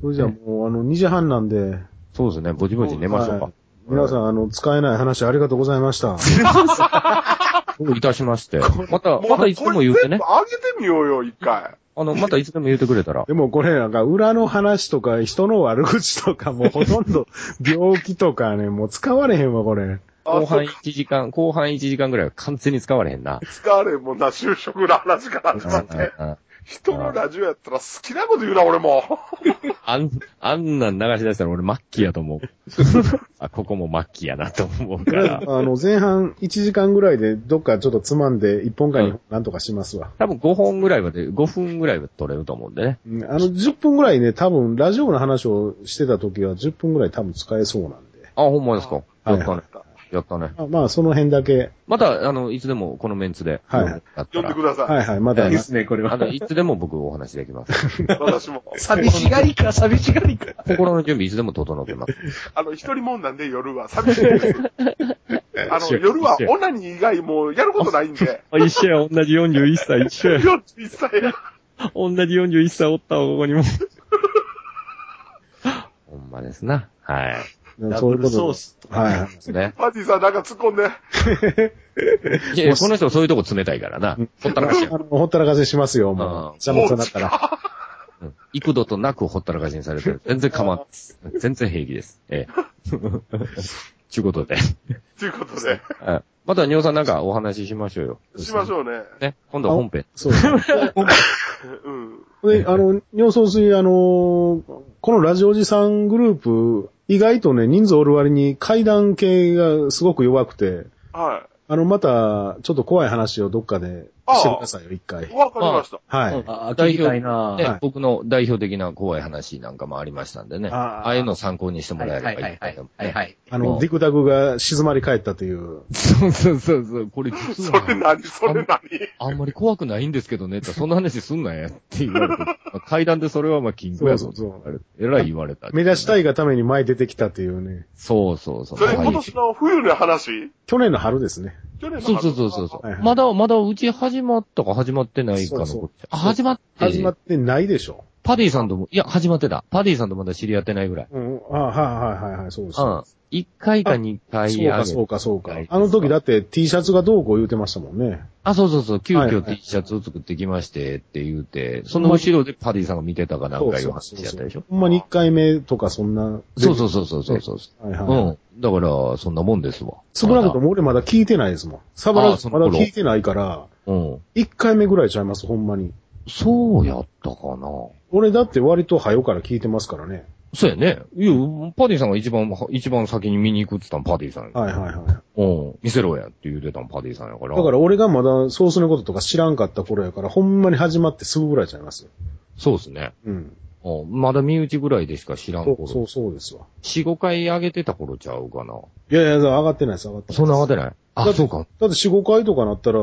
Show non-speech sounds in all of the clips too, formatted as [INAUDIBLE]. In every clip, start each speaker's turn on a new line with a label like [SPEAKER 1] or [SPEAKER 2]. [SPEAKER 1] それじゃあもう、あの、2時半なんで、
[SPEAKER 2] そうですね、ぼちぼち寝ましょうか
[SPEAKER 1] はい。皆さん、あの、使えない話ありがとうございま
[SPEAKER 3] [LAUGHS]
[SPEAKER 1] した。
[SPEAKER 2] どういたしまして。また、またいつでも言ってね
[SPEAKER 4] こ。れ全部上げてみようよ、一回。
[SPEAKER 2] あの、またいつでも言ってくれたら。
[SPEAKER 1] でもこれなんか、裏の話とか、人の悪口とか、もうほとん
[SPEAKER 3] [LAUGHS]
[SPEAKER 1] ど病気とかね、もう使われへんわ、これ。
[SPEAKER 2] 後
[SPEAKER 4] あそ
[SPEAKER 2] 半
[SPEAKER 4] うか
[SPEAKER 2] 1時間、後半1時間ぐらいは完全に使われへんな。
[SPEAKER 4] 使われへんもんな、就職の話から始まって。
[SPEAKER 2] うん
[SPEAKER 4] 人のラジオやったら好きなこと言うな、俺も。
[SPEAKER 2] あん、あんなん流し出したら俺末期やと思う。あ、ここも末期やなと思うから。
[SPEAKER 1] あの、前半1時間ぐらいで、どっかちょっとつまんで、1本間になんとかしますわ。
[SPEAKER 2] 多分5本ぐらいはで、5分ぐらいは取れると思うんでね。
[SPEAKER 1] うんあの、10分ぐらいね、多分、ラジオの話をしてた時は、10分ぐらい多分使えそうなんで。
[SPEAKER 2] あ、ほんまですか。
[SPEAKER 1] あ
[SPEAKER 2] やった
[SPEAKER 1] は
[SPEAKER 2] ね。やったね。
[SPEAKER 1] まあ、まあ、その辺だけ、
[SPEAKER 2] また、あの、いつでもこのメンツで。
[SPEAKER 1] はい
[SPEAKER 2] やった
[SPEAKER 4] 呼んで
[SPEAKER 2] ら
[SPEAKER 4] く。ださ
[SPEAKER 1] はいはい、まだ
[SPEAKER 3] いい、ですね、これ
[SPEAKER 2] あの、
[SPEAKER 3] は。
[SPEAKER 2] いつでも僕お話できます。
[SPEAKER 4] い。私も。
[SPEAKER 3] 寂しがり [LAUGHS] か、寂しがりか。
[SPEAKER 2] 心の準備いつでも整ってます。
[SPEAKER 4] あの、一人もんなんで夜は寂し
[SPEAKER 2] [LAUGHS]
[SPEAKER 4] いです。あの、夜はオナニー以外もうやることないんで。
[SPEAKER 2] 一緒や、同じ41歳、一緒や。
[SPEAKER 4] 41歳や。
[SPEAKER 2] 同じ41歳おったわ、ここにも。ほんまですな。はい。
[SPEAKER 3] ダ
[SPEAKER 1] そう
[SPEAKER 3] ブ
[SPEAKER 1] いうこ
[SPEAKER 3] ルソ
[SPEAKER 1] と
[SPEAKER 3] ー
[SPEAKER 1] で。
[SPEAKER 3] スと。
[SPEAKER 1] はいはい。
[SPEAKER 2] ですね。
[SPEAKER 4] パティさんなんか突っ込んで。
[SPEAKER 2] いや、この人そういうとこ冷たいからな。ほったらかしや。
[SPEAKER 1] あの、ほったらかしにしますよ、
[SPEAKER 2] あ
[SPEAKER 1] も
[SPEAKER 2] あ
[SPEAKER 1] う。邪魔くさなったら。
[SPEAKER 2] うん幾度となくほったらかしにされてる。全然構わん。全然平気です。え [LAUGHS] え。ちゅうことで。
[SPEAKER 4] ということで、
[SPEAKER 2] あまた、にょうさんなんかお話ししましょうよ。
[SPEAKER 4] しましょうね。
[SPEAKER 2] ね。今度は本編。
[SPEAKER 1] そうです
[SPEAKER 2] [LAUGHS]
[SPEAKER 1] ね。
[SPEAKER 4] うん。
[SPEAKER 1] で、あの、尿素水、あのーこのラジオジさんグループ、意外とね、人数おる割に階段系がすごく弱くて、
[SPEAKER 4] は
[SPEAKER 1] あの、また、ちょっと怖い話をどっかでしてくださいよ、一
[SPEAKER 4] い。
[SPEAKER 1] 回。
[SPEAKER 4] わかりました。
[SPEAKER 1] はい。
[SPEAKER 3] あ、聞きたいな
[SPEAKER 2] ね
[SPEAKER 3] ぁ。
[SPEAKER 1] はい
[SPEAKER 2] 僕の代表的な怖い話なんかもありましたんでね。
[SPEAKER 1] あ
[SPEAKER 2] あ
[SPEAKER 1] あ
[SPEAKER 2] あいうのを参考にしても
[SPEAKER 3] はい
[SPEAKER 2] ら
[SPEAKER 3] は
[SPEAKER 2] え
[SPEAKER 3] い
[SPEAKER 2] れば
[SPEAKER 3] はい
[SPEAKER 2] い
[SPEAKER 3] いはい
[SPEAKER 2] と思。う
[SPEAKER 3] は
[SPEAKER 2] ね
[SPEAKER 3] いはい。
[SPEAKER 1] あ
[SPEAKER 2] うん
[SPEAKER 1] の、ディクダグが静まり返ったという。
[SPEAKER 2] [LAUGHS] そうそうそうそう。これ実
[SPEAKER 4] そ
[SPEAKER 2] は
[SPEAKER 4] れ何それ何
[SPEAKER 2] あんまり怖くないんですけどね。って [LAUGHS] そんな話すんなや。って言わ
[SPEAKER 1] [LAUGHS]
[SPEAKER 2] れて。まあ階段でそれはまあ禁句やぞ。
[SPEAKER 1] そうそうそ
[SPEAKER 2] えらい言われた。
[SPEAKER 1] 目立ちた
[SPEAKER 2] い。
[SPEAKER 1] いがために前出てきたというね。
[SPEAKER 2] そうそうそう。
[SPEAKER 4] それ
[SPEAKER 2] はい
[SPEAKER 4] 今年の冬の話
[SPEAKER 1] 去年の春ですね。
[SPEAKER 4] 去年の話
[SPEAKER 2] そうそうそうそうそう、
[SPEAKER 1] はいはい
[SPEAKER 2] まだ、まだうち始まったか始まってないかの。
[SPEAKER 1] そうそう
[SPEAKER 2] あ、始まって。
[SPEAKER 1] 始まってないでしょ。
[SPEAKER 2] パディさんとも、いや、始まってた。パディさんとまだ知り合ってないぐらい。
[SPEAKER 1] うん。あはいはいはいはい、そうです。
[SPEAKER 2] うん。一回か二回
[SPEAKER 1] そう
[SPEAKER 2] あ
[SPEAKER 1] か、
[SPEAKER 2] げ
[SPEAKER 1] そうか、そうか
[SPEAKER 2] はい。
[SPEAKER 1] あの時だって T シャツがどうこう言うてましたもんね。
[SPEAKER 2] あ、そうそうそう、急
[SPEAKER 1] はいは
[SPEAKER 2] 遽
[SPEAKER 1] い
[SPEAKER 2] T シャツを作ってきましてって言うて、その後ろでパディさんが見てたかなんかいう話やったでしょ
[SPEAKER 1] ほんまに一回目とかそんな。
[SPEAKER 2] そうそうそうそうそうそう。
[SPEAKER 1] う。はいはい。
[SPEAKER 2] うん。だから、そんなもんですわ。
[SPEAKER 1] 少なくとも俺まだ聞いてないですもん。サバラ
[SPEAKER 2] あ
[SPEAKER 1] ズ
[SPEAKER 2] その
[SPEAKER 1] ま
[SPEAKER 2] 頃
[SPEAKER 1] だ聞いてないから、
[SPEAKER 2] うん。
[SPEAKER 1] 一回目ぐらいちゃいます、ほんまに。
[SPEAKER 2] そうやったかな。
[SPEAKER 1] 俺だって割と早うから聞いてますからね。
[SPEAKER 2] そうやね。いや、パディさんが一番、一番先に見に行くって言ったんパディさんや。
[SPEAKER 1] はいはいはい。だ
[SPEAKER 2] うん。見せろやって言うてたんパディさんやから。
[SPEAKER 1] から俺がまだソースのこととか知らんかった頃やから、ほんまに始まってすぐぐらいちゃいます。
[SPEAKER 2] そうですね。
[SPEAKER 1] うん。
[SPEAKER 2] うん。まだ身内ぐらいでしか知らん
[SPEAKER 1] そ
[SPEAKER 2] 頃。
[SPEAKER 1] うそうそうですわ。
[SPEAKER 2] 4、5回上げてた頃ちゃうかな。
[SPEAKER 1] いやいや、上がってないです、上がってないです。
[SPEAKER 2] そんな上がってない
[SPEAKER 1] だ
[SPEAKER 2] あ、
[SPEAKER 1] って
[SPEAKER 2] そうか。
[SPEAKER 1] だって4、5回とかなったら、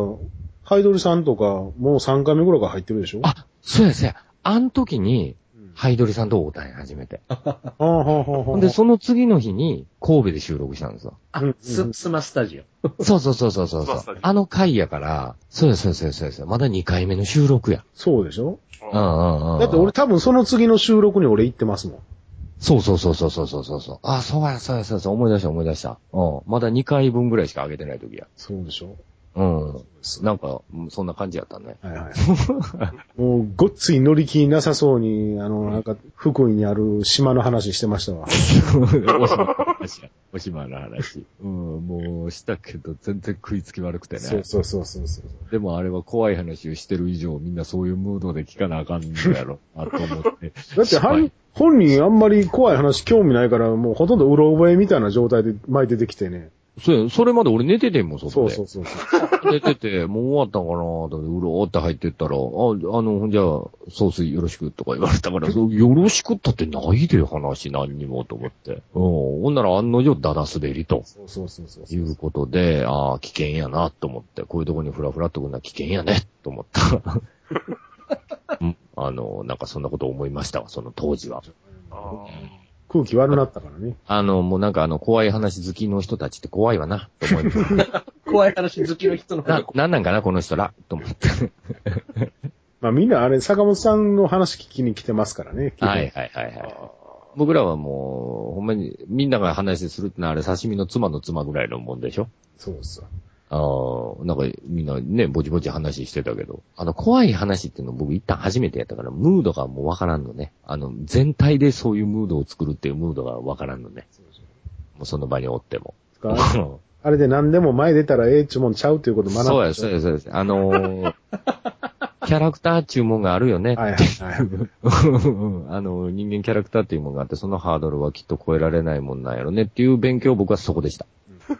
[SPEAKER 1] ハイドリさんとか、もう3回目ぐらいから入ってるでしょ
[SPEAKER 2] あ、そうやそうや。あん時に、
[SPEAKER 1] うん
[SPEAKER 2] ハイドリさんとお歌い初めて。
[SPEAKER 1] ああ、はあ、はあ、は
[SPEAKER 2] ほ
[SPEAKER 1] あ。
[SPEAKER 2] んで、その次の日に神戸で収録したんですよ。
[SPEAKER 3] あ
[SPEAKER 1] うんうん、
[SPEAKER 3] ス、スマスタジオ。
[SPEAKER 2] そうそうそうそうそう
[SPEAKER 4] そ
[SPEAKER 2] そう
[SPEAKER 4] そう
[SPEAKER 2] う。あの回やから、そうやそうやそうやそうや。まだ2回目の収録や。
[SPEAKER 1] そうでしょ
[SPEAKER 2] うんうんうん。
[SPEAKER 1] だって俺、多分その次の収録に俺行ってますもん。
[SPEAKER 2] そうそうそうそうそうそうそうそう。あ、そうやそうやそうやそう。思い出した思い出した。うん。まだ2回分ぐらいしか上げてない時や。
[SPEAKER 1] そうでしょ
[SPEAKER 2] うん。なんか、うんそんな感じやったね。
[SPEAKER 1] はいはい。もう、ごっつい乗り気なさそうに、あの、なんか、福井にある島の話してましたわ。
[SPEAKER 2] [LAUGHS] おしまの話や。おしまの話。うん、もうしたけど全然食いつき悪くてね。
[SPEAKER 1] そうそうそうそうそう。
[SPEAKER 2] でもあれは怖い話をしてる以上、みんなそういうムードで聞かなあかんのやろ、なと思って。
[SPEAKER 1] だって、はん本人あんまり怖い話興味ないから、もうほとんどうろ覚えみたいな状態で前出てきてね。
[SPEAKER 2] [LAUGHS] そうや、それまで俺寝ててんもん、外で。
[SPEAKER 1] そうそうそうそう。
[SPEAKER 2] 寝てて、もう終わったんかなと思ってうろーって入ってったら、あ、あの、ほんじゃあ、総帥よろしくとか言われたから、そうよろしくったってないで話何にもと思って。うん。ほんなら案の定、だだ滑りと。
[SPEAKER 1] そうそうそうそう
[SPEAKER 2] いうことで、ああ、危険やなと思って、こういうとこにフラフラっとくんな危険やねと思った。うんあの、なんかそんなこと思いましたわ、その当時は。
[SPEAKER 4] あ
[SPEAKER 1] 空気悪なったからね。
[SPEAKER 2] あの、もうなんかあの、怖い話好きの人たちって怖いわな、と思います。
[SPEAKER 3] 怖い話好きの人の方
[SPEAKER 2] な
[SPEAKER 3] が、
[SPEAKER 2] なんなんかな、この人ら、と思って。
[SPEAKER 1] まあみんなあれ、坂本さんの話聞きに来てますからね。
[SPEAKER 2] はい。はいはいはい。僕らはもう、ほんまに、みんなが話するってのはあれ、刺身の妻の妻ぐらいのもんでしょ
[SPEAKER 1] そうですよ。
[SPEAKER 2] ああ、なんかみんなね、ぼちぼち話してたけど、あの、怖い話っていうの僕一旦初めてやったから、ムードがもうわからんのね。あの、全体でそういうムードを作るっていうムードがわからんのね。もうその場におっても。
[SPEAKER 1] だからあれで何でも前出たらええっちゅうもんちゃうということ学んだ
[SPEAKER 2] そうや、そうや、そうや。あのー [LAUGHS] キャラクター注文があるよね。
[SPEAKER 1] はいはいはい。
[SPEAKER 2] うんあの、人間キャラクターっていうものがあって、そのハードルはきっと超えられないもんなんやろねっていう勉強を僕はそこでした。だ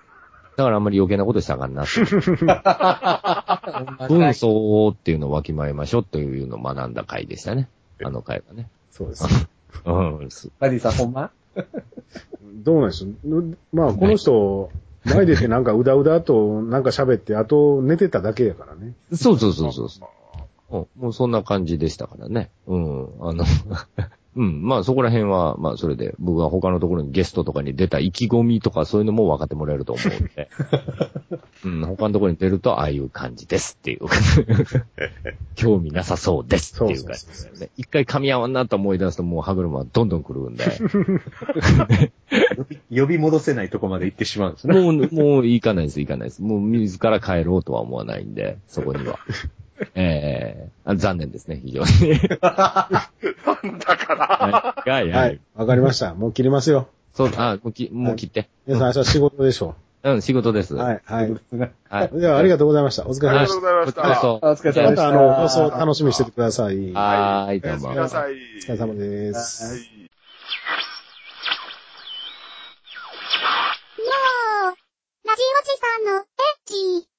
[SPEAKER 2] からあんまり余計なことしたらあかんなって。
[SPEAKER 3] [LAUGHS]
[SPEAKER 2] 分相応っていうのをわきまえましょうというのを学んだ回でしたね。あの回はね。
[SPEAKER 1] そうです。
[SPEAKER 2] うん。す
[SPEAKER 3] バディさんほんま
[SPEAKER 1] どうなんでしょう。まあこの人、前出てなんかうだうだとなんか喋って、あと寝てただけやからね。
[SPEAKER 2] そうそうそうそうそう。うんもうそんな感じでしたからね。うん。あの、 [LAUGHS] うん。まあそこら辺は、まあそれで、僕は他のところにゲストとかに出た意気込みとかそういうのも分かってもらえると思うん [LAUGHS] で。うん。他のところに出ると、ああいう感じですっていう。 [LAUGHS] 興味なさそうですっていう感じですよね。一回噛み合わんなと思い出すともう歯車はどんどん狂うんで。
[SPEAKER 5] 呼び戻せないとこまで行ってしまうんですね。
[SPEAKER 2] もう、もう行かないです、行かないです。もう自ら帰ろうとは思わないんで、そこ [LAUGHS] には。ええあ残念ですね、非常に。
[SPEAKER 4] だから、
[SPEAKER 2] はい、はい、
[SPEAKER 1] は
[SPEAKER 2] はいい。。
[SPEAKER 1] わかりました。もう切りますよ。
[SPEAKER 2] そう、あ、もうき、もう切って。
[SPEAKER 1] 皆さん明日仕事でしょ
[SPEAKER 2] うん、仕事です。
[SPEAKER 1] う。
[SPEAKER 2] [LAUGHS] は。
[SPEAKER 1] はいい、はい。
[SPEAKER 2] はい。
[SPEAKER 1] ではありがとうございました。お疲れ
[SPEAKER 4] あ
[SPEAKER 1] 様
[SPEAKER 4] り
[SPEAKER 1] で
[SPEAKER 4] が
[SPEAKER 1] し
[SPEAKER 4] と
[SPEAKER 1] た
[SPEAKER 4] う。ございました。
[SPEAKER 2] そ
[SPEAKER 3] お疲れ様
[SPEAKER 1] ま
[SPEAKER 3] でしたた。
[SPEAKER 1] あの、放送楽しみにしててください。
[SPEAKER 2] う。はーい、
[SPEAKER 4] お
[SPEAKER 2] ど
[SPEAKER 4] や
[SPEAKER 2] う
[SPEAKER 4] す
[SPEAKER 2] も
[SPEAKER 4] み。なさい。
[SPEAKER 1] お疲れ様です。
[SPEAKER 4] はい
[SPEAKER 6] いやー、ラジオチさんのエッチ。